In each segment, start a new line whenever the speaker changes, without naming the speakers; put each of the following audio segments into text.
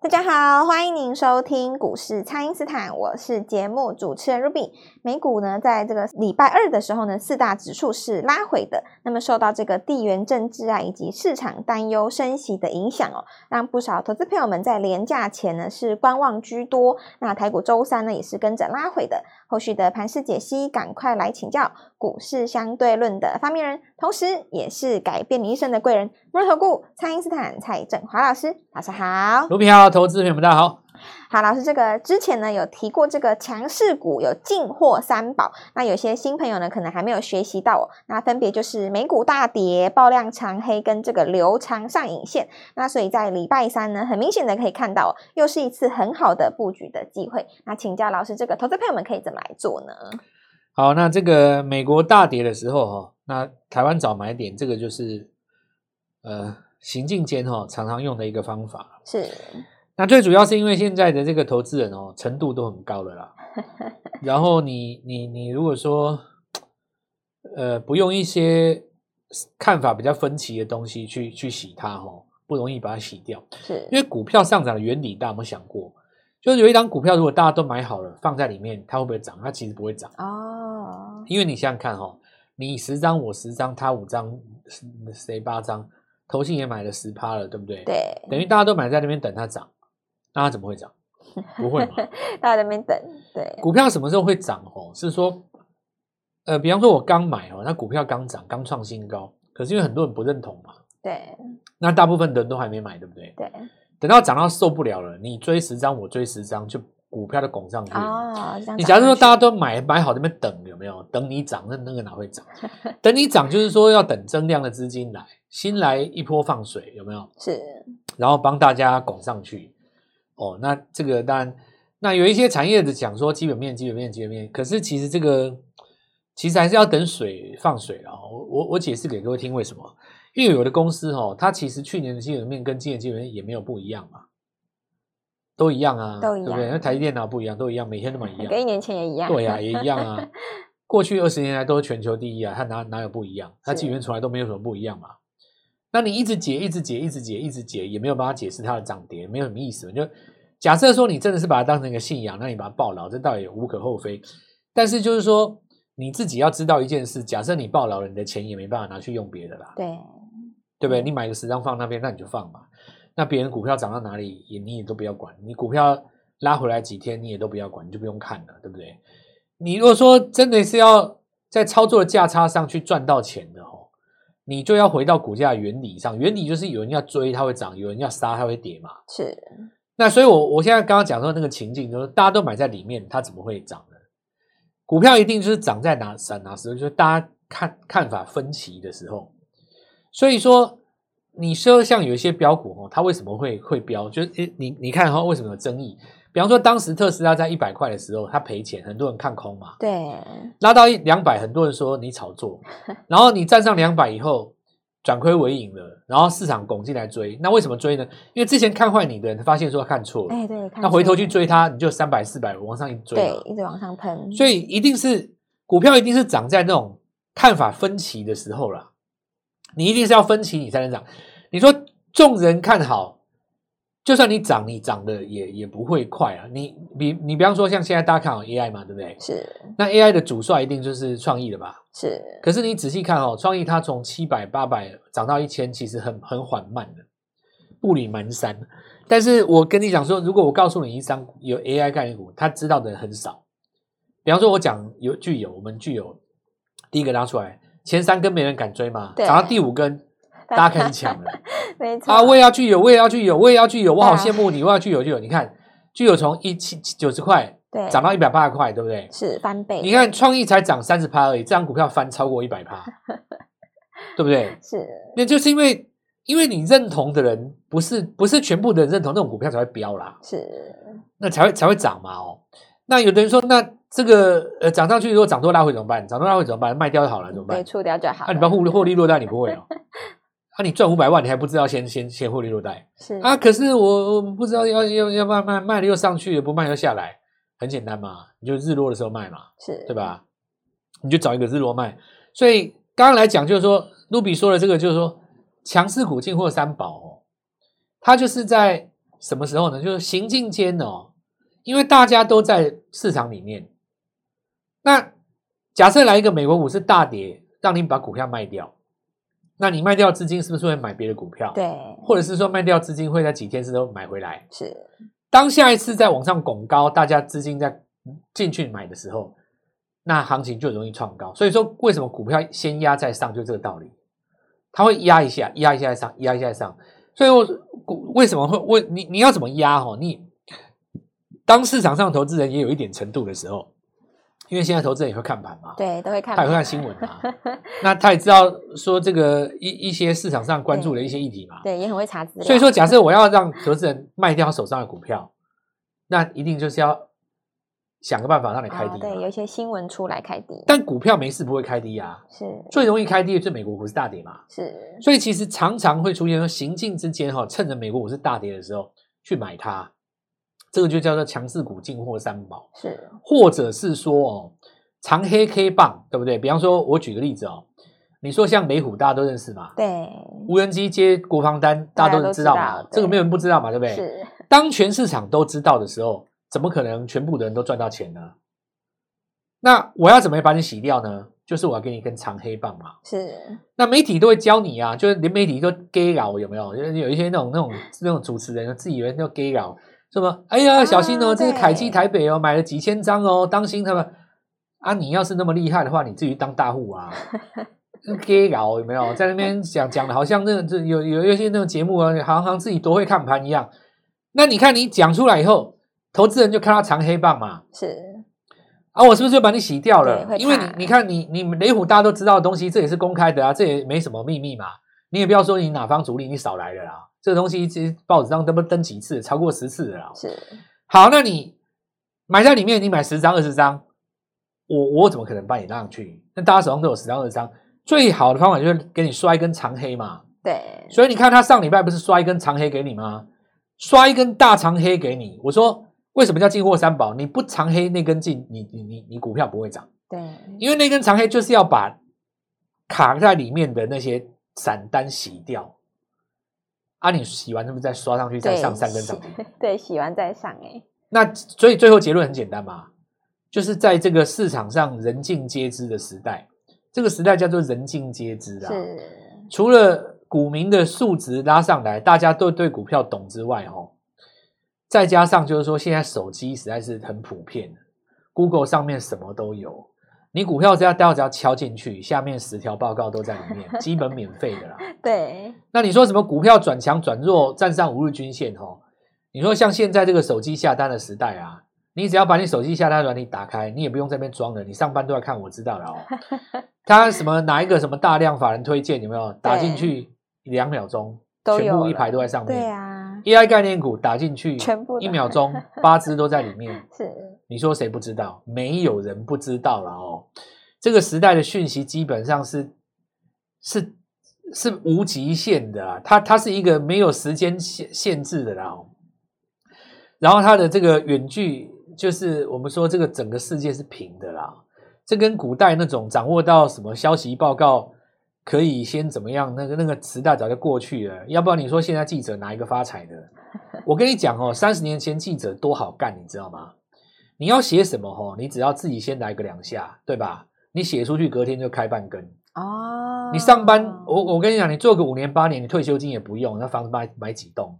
大家好，欢迎您收听股市蔡因斯坦，我是节目主持人 Ruby。美股呢，在这个礼拜二的时候呢，四大指数是拉回的。那么受到这个地缘政治啊，以及市场担忧升息的影响哦，让不少投资朋友们在廉价前呢是观望居多。那台股周三呢也是跟着拉回的。后续的盘势解析，赶快来请教股市相对论的发明人，同时也是改变你一生的贵人——摩尔投顾蔡因斯坦蔡振华老师，早上好。
卢平好，投资朋友们大家好。
好，老师，这个之前呢有提过，这个强势股有进货三宝，那有些新朋友呢可能还没有学习到哦。那分别就是美股大跌、爆量长黑跟这个留长上影线。那所以在礼拜三呢，很明显的可以看到、哦，又是一次很好的布局的机会。那请教老师，这个投资朋友们可以怎么来做呢？
好，那这个美国大跌的时候哈、哦，那台湾找买点，这个就是呃行进间哈、哦、常常用的一个方法。
是，
那最主要是因为现在的这个投资人哦程度都很高了啦，然后你你你如果说呃不用一些看法比较分歧的东西去去洗它哦，不容易把它洗掉。
是
因，为股票上涨的原理，大家有没有想过？就是有一档股票，如果大家都买好了，放在里面，它会不会涨？它其实不会涨，
哦，
因为你想想看哦，你十张我十张，他五张，谁谁八张，投信也买了十趴了，对不对？，
对，
等于大家都买在那边等它涨，那它怎么会涨？不会嘛？
大家在那边等，对，
股票什么时候会涨？哦，是说，呃，比方说我刚买哦，那股票刚涨，刚创新高，可是因为很多人不认同嘛，
对，
那大部分的人都还没买，对不对？
对，
等到涨到受不了了，你追十张，我追十张，就股票就拱上去了。
哦，这样
你假如说大
涨上
家都买买好，这边等有没有？等你涨，那那个哪 会涨？等你涨就是说要等增量的资金来，新来一波放水有没有？
去是，
然后帮大家拱上去。哦，那这个当然，那有一些产业的讲说基本面、基本面、基本面，可是其实这个其实还是要等水放水了。我我我解释给各位听为什么？因为有的公司哦，它其实去年的基本面跟今年的基本面也没有不一样嘛，都一样啊，
都一样
对不对？那台积电脑不一样，都一样，每天都蛮一样。
跟一年前也一样，
对呀、也一 样啊。过去二十年来都是全球第一啊，它哪哪有不一样？它
是
纪元从来都没有什么不一样嘛。那你一直解，一直解，一直解，一直解，也没有办法解释它的涨跌，没有什么意思。就假设说你真的是把它当成一个信仰，那你把它抱牢，这倒也无可厚非。但是就是说你自己要知道一件事，假设你抱牢了，你的钱也没办法拿去用别的啦，
对，
对不对？你买个十张放那边，那你就放嘛。那别人股票涨到哪里，也你也都不要管。你股票拉回来几天，你也都不要管，你就不用看了，对不对？你如果说真的是要在操作的价差上去赚到钱的哦，你就要回到股价的原理上。原理就是有人要追它会涨，有人要杀它会跌嘛。
是，
那所以我，我现在刚刚讲到那个情境，就是大家都买在里面，它怎么会涨呢？股票一定就是涨在哪涨哪时候，就是大家看看法分歧的时候。所以说，你说像有一些标股哦，它为什么会会标？就是诶你你看哦哈、为什么有争议？比方说，当时特斯拉在一百块的时候，它赔钱，很多人看空嘛，
对，
拉到一两百，很多人说你炒作，然后你站上两百以后转亏为盈了，然后市场拱进来追，那为什么追呢？因为之前看坏你的人发现说看错了，
哎，对，看
那回头去
错
追它，你就三百四百往上一追
对
嘛，，
一直往上喷，
所以一定是股票一定是涨在那种看法分歧的时候啦，你一定是要分歧你才能涨。你说众人看好，就算你涨，你涨的也也不会快啊。你比你比方说像现在大家看好 AI 嘛，对不对？
是
那 AI 的主帅一定就是创意的吧？
是，
可是你仔细看哦，创意它从七百、八百涨到一千，其实很很缓慢的，步履蹒跚。但是我跟你讲说，如果我告诉你一张有 AI 概念股，他知道的人很少。比方说，我讲有具有，我们具有第一个拉出来，前三根没人敢追嘛，
对
涨到第五根，大家开始抢 了
没错
啊！我也要具有，我也要具有，我也要具有，我好羡
哎
慕你，我要具有具有。你看，具有从一七九十块
对
涨到一百八十块，对不对？
是翻倍，
你看创意才涨三十趴而已，这张股票翻超过一百趴，对不对？
是
那就是因为因为你认同的人不是不是全部的人认同那种股票才会飙啦，
是
那才会才会涨嘛哦。那有的人说，那这个呃涨上去如果涨多拉回怎么办？涨多拉回怎么办？卖掉就好了怎么
对，
办？
出掉就好
啊，你
了，
把获获利落袋你不会哦，啊你赚五百万你还不知道先先先获利落袋
是
啊？可是我我不知道要要要卖卖卖了又上去，不卖又下来，很简单嘛，你就日落的时候卖嘛。
是，
对？吧？你就找一个日落卖。所以刚刚来讲，就是说，卢比说的这个，就是说强势股进货三宝哦，它就是在什么时候呢？就是行进间哦，因为大家都在市场里面。那假设来一个美国股市大跌，让你把股票卖掉，那你卖掉资金是不是会买别的股票？，
对，
或者是说卖掉资金会在几天之后买回来？
是，
当下一次再往上拱高，大家资金在进去买的时候，那行情就容易创高。所以说，为什么股票先压再上，就这个道理。它会压一下，压一下再上，压一下再上。所以我股为什么会问你？你要怎么压？哦，你当市场上投资人也有一点程度的时候，因为现在投资人也会看盘嘛，
对，都会看
他
盘，
也会看新闻嘛，那他也知道说这个一一些市场上关注的一些议题嘛，
对，也很会查资料，
所以说，假设我要让投资人卖掉手上的股票，那一定就是要想个办法让你开
啊，
低
对，
嘛。
有一些新闻出来开低，
但股票没事不会开低啊，
是
最容易开低的就是美国股市大跌嘛。
是，
所以其实常常会出现说行进之间哈、趁着美国股市大跌的时候去买它，这个就叫做强势股进货三宝，
是
或者是说哦长黑 K 棒，对不对？比方说，我举个例子哦，你说像雷虎大家都认识嘛，
对，
无人机接国防单大家
大家
都
都
知道
知
嘛
道，
这个
对
没有人不知道嘛，对不对？
是
当全市场都知道的时候，怎么可能全部的人都赚到钱呢？那我要怎么把你洗掉呢？就是我要给你一根长黑棒嘛。
是，
那媒体都会教你啊，就是连媒体都 gay 佬有没有？就是有一些那种那种那种主持人自以为叫 gay 佬，什么哎呀
啊
小心哦，这是
对
凯基台北哦，买了几千张哦，当心他们啊！你要是那么厉害的话，你自己去当大 户啊。gay 佬有没有在那边讲讲的，好像那个这有有有一些那种节目啊，好像自己多会看盘一样。那你看你讲出来以后，投资人就看到长黑棒嘛，
是
啊，我是不是就把你洗掉了
对？会
因为你
怕
你看你你雷虎大家都知道的东西，这也是公开的啊，这也没什么秘密嘛。你也不要说你哪方主力，你少来了啦。这个东西其实报纸上登不登几次，超过十次了啦。
是
好，那你买在里面，你买十张二十张，我我怎么可能把你让去？那大家手上都有十张二十张，最好的方法就是给你刷一根长黑嘛。
对，
所以你看他上礼拜不是刷一根长黑给你吗？刷一根大长黑给你，我说为什么叫进货三宝？你不长黑那根进，你你你你股票不会涨，
对，
因为那根长黑就是要把卡在里面的那些散单洗掉。啊，你洗完是不是再刷上去再
对
上三根
洗
涨停？
对，洗完再上，哎，
那所以最后结论很简单嘛，就是在这个市场上人尽皆知的时代，这个时代叫做人尽皆知啊。
是
除了股民的数值拉上来，大家都对股票懂之外，哦，再加上就是说，现在手机实在是很普遍，Google 上面什么都有，你股票只要待会只要敲进去，下面十条报告都在里面，基本免费的啦。
对，
那你说什么股票转强转弱，站上五日均线，哦，你说像现在这个手机下单的时代啊。你只要把你手机下单软体打开，你也不用在那边装了，你上班都要看，我知 道了哦。他什么哪一个什么大量法人推荐有没有打进去两秒钟，
都
全
有
部一
了
排都在上面。
对啊，
AI 概念股打进去，
全部
一
的
秒钟八只都在里面，
是
你说谁不知道？没有人不知道了哦。这个时代的讯息基本上是是是无极限的啊，它它是一个没有时间限限制的啦、哦。然后它的这个远距，就是我们说这个整个世界是平的啦。这跟古代那种掌握到什么消息报告可以先怎么样，那个那个时代早就过去了。要不然你说现在记者哪一个发财的？我跟你讲哦，三十年前记者多好干，你知道吗？你要写什么哦，你只要自己先来个两下，对吧？你写出去，隔天就开半根。
哦，
你上班，我我跟你讲，你做个五年八年，你退休金也不用，那房子买买几栋，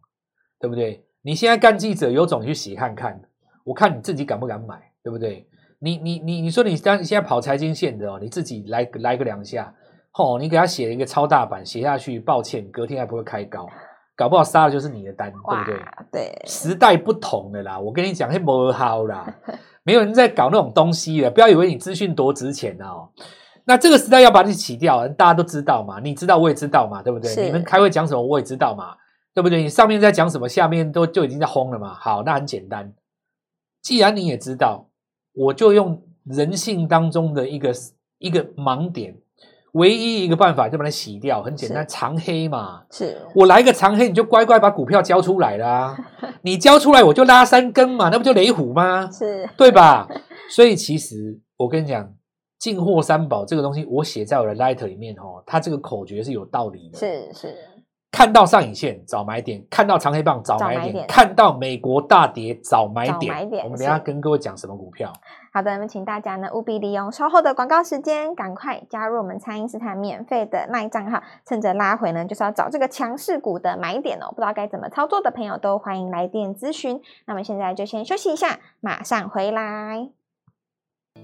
对不对？你现在干记者，有种你去洗看看，我看你自己敢不敢买，对不对？你你你你说你当现在跑财经线的哦，你自己来来个两下，吼，你给他写一个超大版写下去，抱歉，隔天还不会开高，搞不好杀的就是你的单，对
哇
不对？，
对，
时代不同了啦，我跟你讲，嘿，不好啦， 没有人在搞那种东西了。不要以为你资讯多值钱哦。那这个时代要把你洗掉，大家都知道嘛，你知道我也知道嘛，对不对？
是
你们开会讲什么我也知道嘛，对不对？你上面在讲什么，下面都就已经在轰了嘛。好，那很简单，既然你也知道，我就用人性当中的一个一个盲点，唯一一个办法就把它洗掉，很简单，长黑嘛。
是
我来个长黑，你就乖乖把股票交出来 啦、你交出来，我就拉三根嘛，那不就雷虎吗？
是
对吧？所以其实我跟你讲，进货三宝这个东西，我写在我的 Light 里面哦，它这个口诀是有道理的。
是是，
看到上影线找买点，看到长黑棒找
找买
买
点
点，看到美国大跌找买
找
点。
买点
我们等一下
是
跟各位讲什么股票。
好的，那么请大家呢务必利用稍后的广告时间，赶快加入我们蔡因斯坦免费的那一账号，趁着拉回呢，就是要找这个强势股的买点哦。不知道该怎么操作的朋友都欢迎来电咨询。那么现在就先休息一下，马上回来。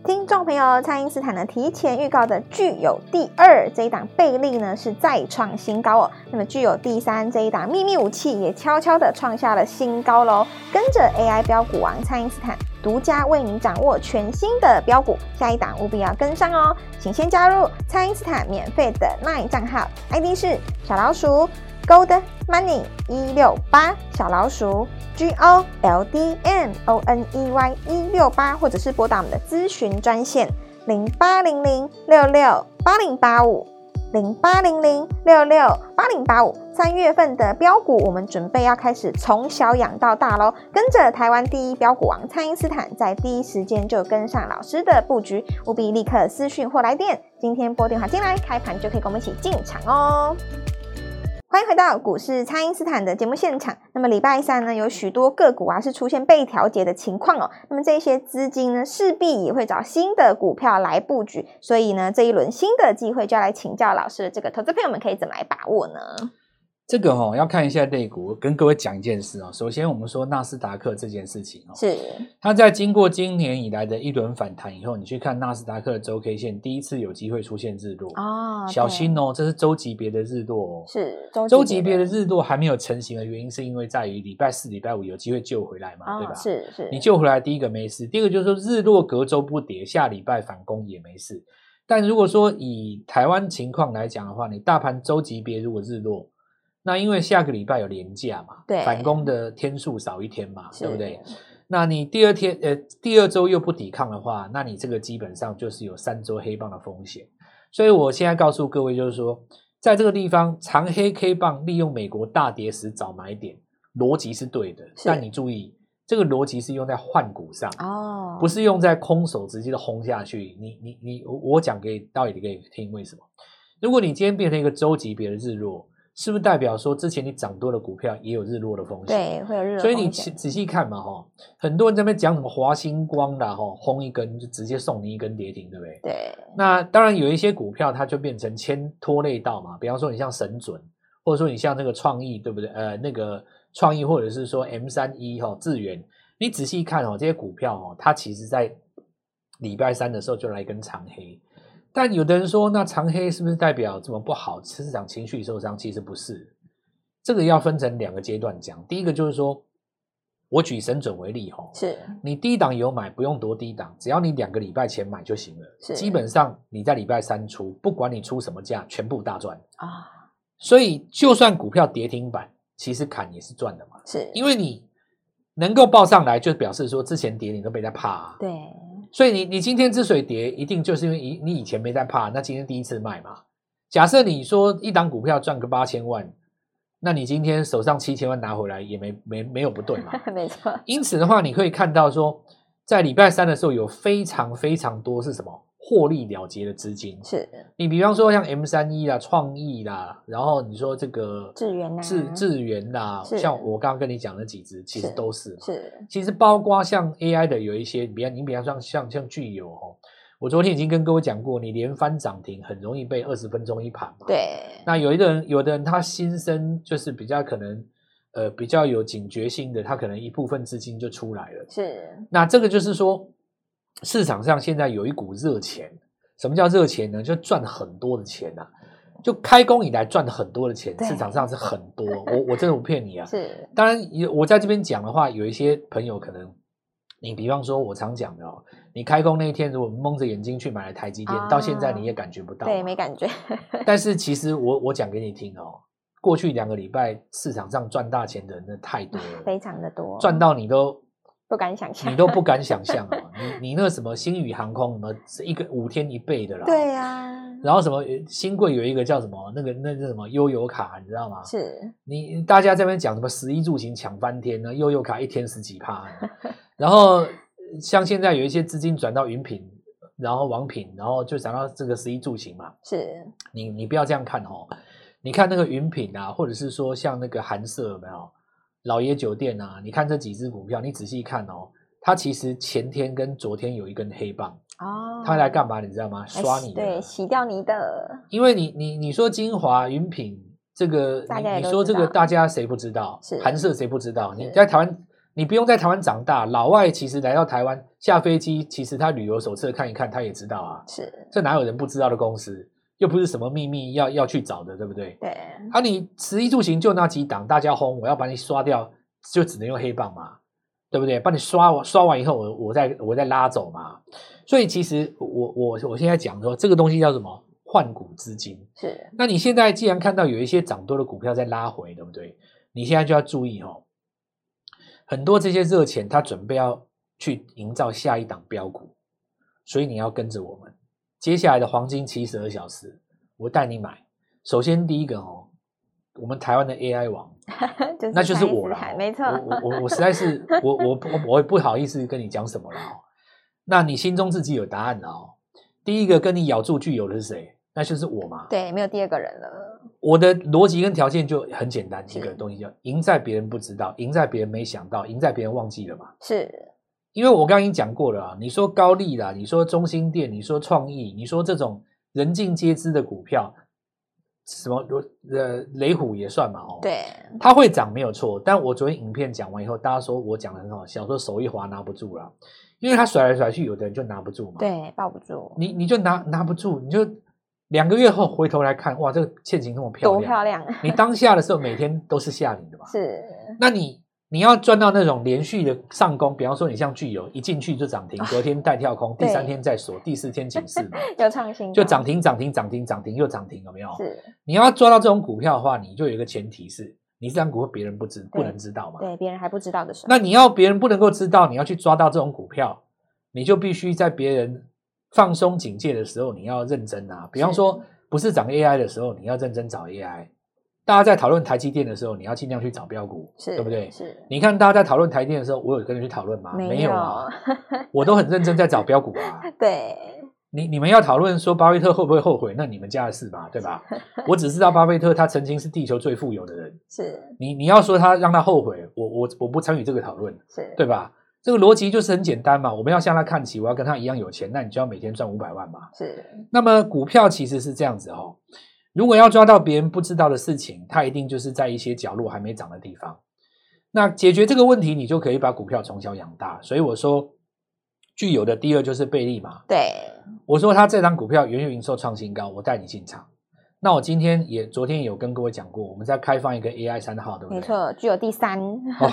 听众朋友，蔡因斯坦呢提前预告的具有第二这一档贝利呢是再创新高哦，那么具有第三这一档秘密武器也悄悄的创下了新高喽。跟着 AI 标股王蔡因斯坦独家为您掌握全新的标股，下一档务必要跟上哦，请先加入蔡因斯坦免费的 LINE 账号，ID 是小老鼠 Gold Money 一六八小老鼠 G O L D M O N E Y 一六八，或者是拨打我们的咨询专线零八零零六六八零八五。零八零零六六八零八五。三月份的标股，我们准备要开始从小养到大喽，跟着台湾第一标股王蔡因斯坦，在第一时间就跟上老师的布局，务必立刻私讯或来电，今天拨电话进来，开盘就可以跟我们一起进场哦。欢迎回到股市，蔡因斯坦的节目现场。那么礼拜三呢，有许多个股啊是出现被调节的情况哦。那么这些资金呢，势必也会找新的股票来布局。所以呢，这一轮新的机会就要来请教老师，这个投资朋友们可以怎么来把握呢？
这个哦，要看一下类股。我跟各位讲一件事哦。首先，我们说纳斯达克这件事情哦，
是
它在经过今年以来的一轮反弹以后，你去看纳斯达克的周 K 线，第一次有机会出现日落，
哦，
小
对
心哦，这是周级别的日落哦。
是
周级别的
日
日落还没有成型的原因，是因为在于礼拜四、礼拜五有机会救回来嘛，对吧？
哦是是，
你救回来，第一个没事，第二个就是说日落隔周不跌，下礼拜反攻也没事。但如果说以台湾情况来讲的话，你大盘周级别如果日落，那因为下个礼拜有连假嘛，
对
反攻的天数少一天嘛，对不
是
对？？那你第二天呃第二周又不抵抗的话，那你这个基本上就是有三周黑棒的风险。所以我现在告诉各位，就是说，在这个地方长黑 K 棒利用美国大跌时找买点，逻辑是对的，
是
但你注意，这个逻辑是用在换股上，
哦，
不
是
是用在空手直接的轰下去。你你你，我我讲给道理给你听，为什么？如果你今天变成一个周级别的日落，是不是代表说之前你涨多的股票也有日落的风险？
对，会有日落
所以你
风
仔
险
仔细看嘛，哈，很多人在那边讲什么华星光啦，哈，轰一根就直接送你一根跌停，对不对？
对
那当然有一些股票它就变成牵拖累到嘛，比方说你像神准，或者说你像那个创意，对不对？呃，那个创意或者是说 M 三一哈智源，你仔细看哦，这些股票哦，它其实在礼拜三的时候就来一根长黑。但有的人说，那长黑是不是代表怎么不好？市场情绪受伤？其实不是，这个要分成两个阶段讲。第一个就是说，我举神准为例哦，
是
你低档有买，不用多低档，只要你两个礼拜前买就行了
是。
基本上你在礼拜三出，不管你出什么价，全部大赚。
啊
所以就算股票跌停板，其实砍也是赚的嘛，
是，
因为你能够报上来，就表示说之前跌你都没在怕、啊。
对
所以你你今天之所以跌，一定就是因为你你以前没在怕，那今天第一次卖嘛。假设你说一档股票赚个八千万，那你今天手上七千万拿回来也没没没有不对嘛，
没错
因此的话，你可以看到说，在礼拜三的时候有非常非常多是什么获利了结的资金。
是
你比方说像 M 三一啦、创意啦，然后你说这个
智源啊
智智源啦，
是
像我刚刚跟你讲的几只，其实
是
都是嘛。
是
其实包括像 AI 的有一些，比方你比方像像像具有哦，我昨天已经跟各位讲过，你连翻涨停很容易被二十分钟一盘嘛。
对
那有一个人，有的人他心生就是比较可能，呃，比较有警觉性的，他可能一部分资金就出来了。
是
那这个就是说，市场上现在有一股热钱。什么叫热钱呢？就赚很多的钱啊！就开工以来赚了很多的钱，
对
市场上是很多。我我真的不骗你啊！
是
当然，有我在这边讲的话，有一些朋友可能，你比方说我常讲的哦，你开工那一天如果蒙着眼睛去买了台积电，
啊
到现在你也感觉不到嘛。
对，没感觉，
但是其实我我讲给你听哦，过去两个礼拜市场上赚大钱的人那太多了，
非常的多，
赚到嗯你都
不敢想象，
你都不敢想象哦， 你你那什么星宇航空什么是一个五天一倍的啦，
对呀，
然后什么呃新贵有一个叫什么那个那是什么悠游卡，你知道吗？
是
你大家这边讲什么十一住行抢翻天呢？悠游卡一天十几趴， 然后呃像现在有一些资金转到云品，然后王品，然后就想到这个十一住行嘛，
是
你你不要这样看哦。你看那个云品啊，或者是说像那个韩舍有没有，老爷酒店啊，你看这几只股票，你仔细看哦，它其实前天跟昨天有一根黑棒，
哦，
它来干嘛？你知道吗？
来
刷
洗
你的
哎对，洗掉你的，
因为你你你说精华云品这个，
大
你
家也
你
都
说
知
这个
道
大家谁不知道？
是
韩舍谁不知道？你
是
在台湾，你不用在台湾长大，老外其实来到台湾下飞机，其实他旅游手册看一看，他也知道啊。
是，
这哪有人不知道的公司？又不是什么秘密要要去找的，对不对？
对，
啊，你食衣住行就那几档，大家轰，我要把你刷掉，就只能用黑棒嘛，对不对？把你刷完刷完以后，我我再我再拉走嘛。所以其实我我我现在讲说，这个东西叫什么？换股资金。
是，
那你现在既然看到有一些涨多的股票在拉回，对不对？你现在就要注意哦，很多这些热钱它准备要去营造下一档标股，所以你要跟着我们。接下来的黄金七十二小时，我带你买。首先第一个哦，我们台湾的 AI 王，
就是
那就是
蔡
我
司
了
海
哦。
没错，
我我我我实在是我我不我也不好意思跟你讲什么了哦。那你心中自己有答案了哦。第一个跟你咬住句有的是谁？那就是我嘛。
对，没有第二个人了，
我的逻辑跟条件就很简单，
是
一个东西叫赢在别人不知道，赢在别人没想到，赢在别人忘记了嘛。
是，
因为我刚刚已经讲过了啊，你说高利啦，你说中心店，你说创意，你说这种人尽皆知的股票，什么呃雷虎也算嘛哦，，
对，
它会涨没有错。但我昨天影片讲完以后，大家说我讲的很好笑，说手一滑拿不住了，因为它甩来甩去，有的人就拿不住嘛。
对，抱不住，
你你就拿拿不住，你就两个月后回头来看，哇，这个陷阱那么漂
多
亮，
漂亮，？
你当下的时候每天都是吓你的嘛
是，
那你你要赚到那种连续的上攻，比方说你像巨油一进去就涨停，隔天带 跳空，第
哦对
三天再锁，第四天警示 嘛，
又创新
就
高
涨，停涨停涨停涨停又涨停，有没有？
是，
你要抓到这种股票的话，你就有一个前提是，你这张股票别人不知不
对
能知道嘛。
对，别人还不知道的时候，
那你要别人不能够知道，你要去抓到这种股票，你就必须在别人放松警戒的时候，你要认真啊。比方
是
说，不是涨 AI 的时候，你要认真找 AI；大家在讨论台积电的时候，你要尽量去找标股，
是，
对不对？
是，
你看大家在讨论台积电的时候，我有跟人去讨论吗？
没
有啊，我都很认真在找标股啊。
对，
你你们要讨论说巴菲特会不会后悔，那你们家的事吧，对吧？我只知道巴菲特他曾经是地球最富有的人，
是
你你要说他让他后悔，我我我不参与这个讨论。
是，
对吧？这个逻辑就是很简单嘛，我们要向他看齐，我要跟他一样有钱，那你就要每天赚五百万嘛。
是，
那么股票其实是这样子哦，如果要抓到别人不知道的事情，它一定就是在一些角落还没涨的地方。那解决这个问题，你就可以把股票从小养大。所以我说，具有的第二就是贝利嘛，
对，
我说它这张股票远远营收创新高，我带你进场。那我今天也昨天也有跟各位讲过，我们在开放一个 AI 三号，对不对？
没错，具有第三，
哦，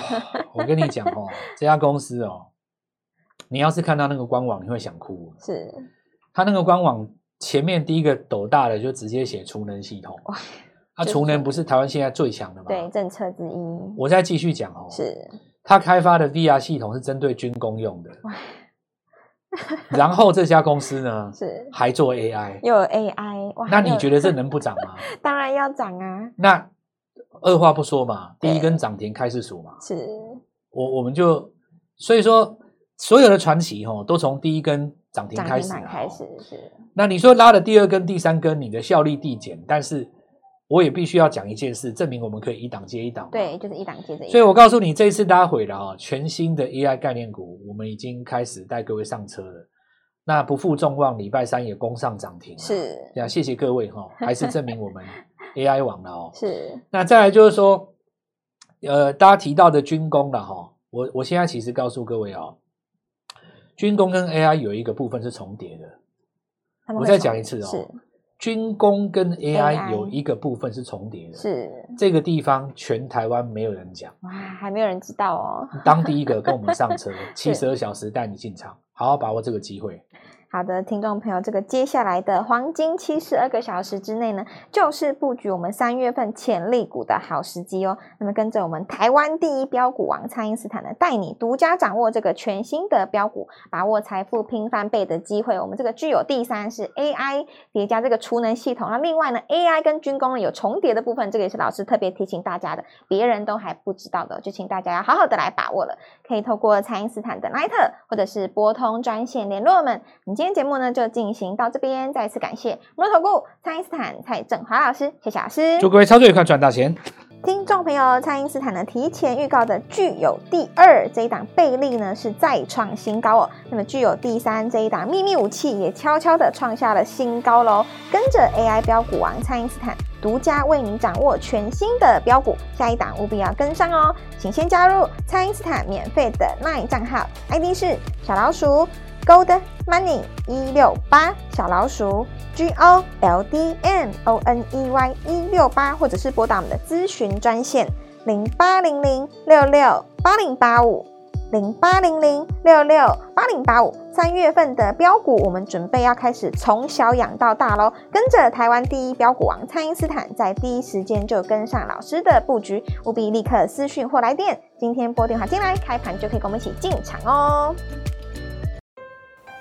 我跟你讲哦，这家公司哦，你要是看到那个官网，你会想哭。
是，
它那个官网前面第一个斗大的就直接写储能系统
哇，
啊，
真
储能
是
不是台湾现在最强的吗？
对，政策之一，
我再继续讲哦，
是，
它开发的 VR 系统是针对军工用的，然后这家公司呢
是，
还做 AI，
又有 AI，哇，
那你
又
觉得 这能不涨吗？
当然要涨啊，
那二话不说嘛，第一
对
根涨停开始数嘛，
是，
我我们就所以说所有的传奇哦，都从第一根涨停
涨
开
停
始、啊
板开
哦
始是，
那你说拉了第二根、第三根，你的效率递减，但是我也必须要讲一件事，证明我们可以一档接一档。
对，。就是一档接着一
所以
档，
我告诉你，这一次拉回了啊、哦，全新的 AI 概念股，我们已经开始带各位上车了。那不负众望，礼拜三也攻上涨停、啊。，
是
呀，谢谢各位哈、哦，还是证明 我们 AI 网了哦。
是，
那再来就是说，呃，大家提到的军工了哈，我我现在其实告诉各位哦，军工跟 AI 有一个部分是重叠的。
他们会
我再
重
讲一次哦
是
军工跟 AI
AI
有一个部分是重叠的，
是，
这个地方全台湾没有人讲。
哇，还没有人知道哦。
当第一个跟我们上车， 七十二小时带你进场，好好把握这个机会。
好的，听众朋友，这个接下来的黄金七十二个小时之内呢，就是布局我们三月份潜力股的好时机哦。那么跟着我们台湾第一标股王蔡英斯坦呢，带你独家掌握这个全新的标股，把握财富拼翻倍的机会。我们这个具有第三是 AI 叠加这个储能系统，那另外呢，AI 跟军工呢有重叠的部分，这个也是老师特别提醒大家的，别人都还不知道的哦，就请大家要好好的来把握了。可以透过蔡英斯坦的 Line 或者是拨通专线联络我们。我们今今天节目呢就进行到这边，再次感谢摩投顾、蔡因斯坦、蔡振华老师，谢谢老师。
祝各位操作愉快，赚大钱！
听众朋友，蔡因斯坦呢提前预告的具有第二这一档贝利呢是再创新高哦，那么具有第三这一档秘密武器也悄悄的创下了新高喽。跟着 AI 标股王蔡因斯坦独家为您掌握全新的标股，下一档务必要跟上哦，请先加入蔡因斯坦免费的 LINE 账号，ID 是小老鼠 Gold Money 一六八小老鼠 G O L D M O N E Y 一六八，或者是拨打我们的咨询专线零八零零六六八零八五零八零零六六八零八五。三月份的标股，我们准备要开始从小养到大喽，跟着台湾第一标股王蔡因斯坦，在第一时间就跟上老师的布局，务必立刻私讯或来电，今天拨电话进来，开盘就可以跟我们一起进场哦。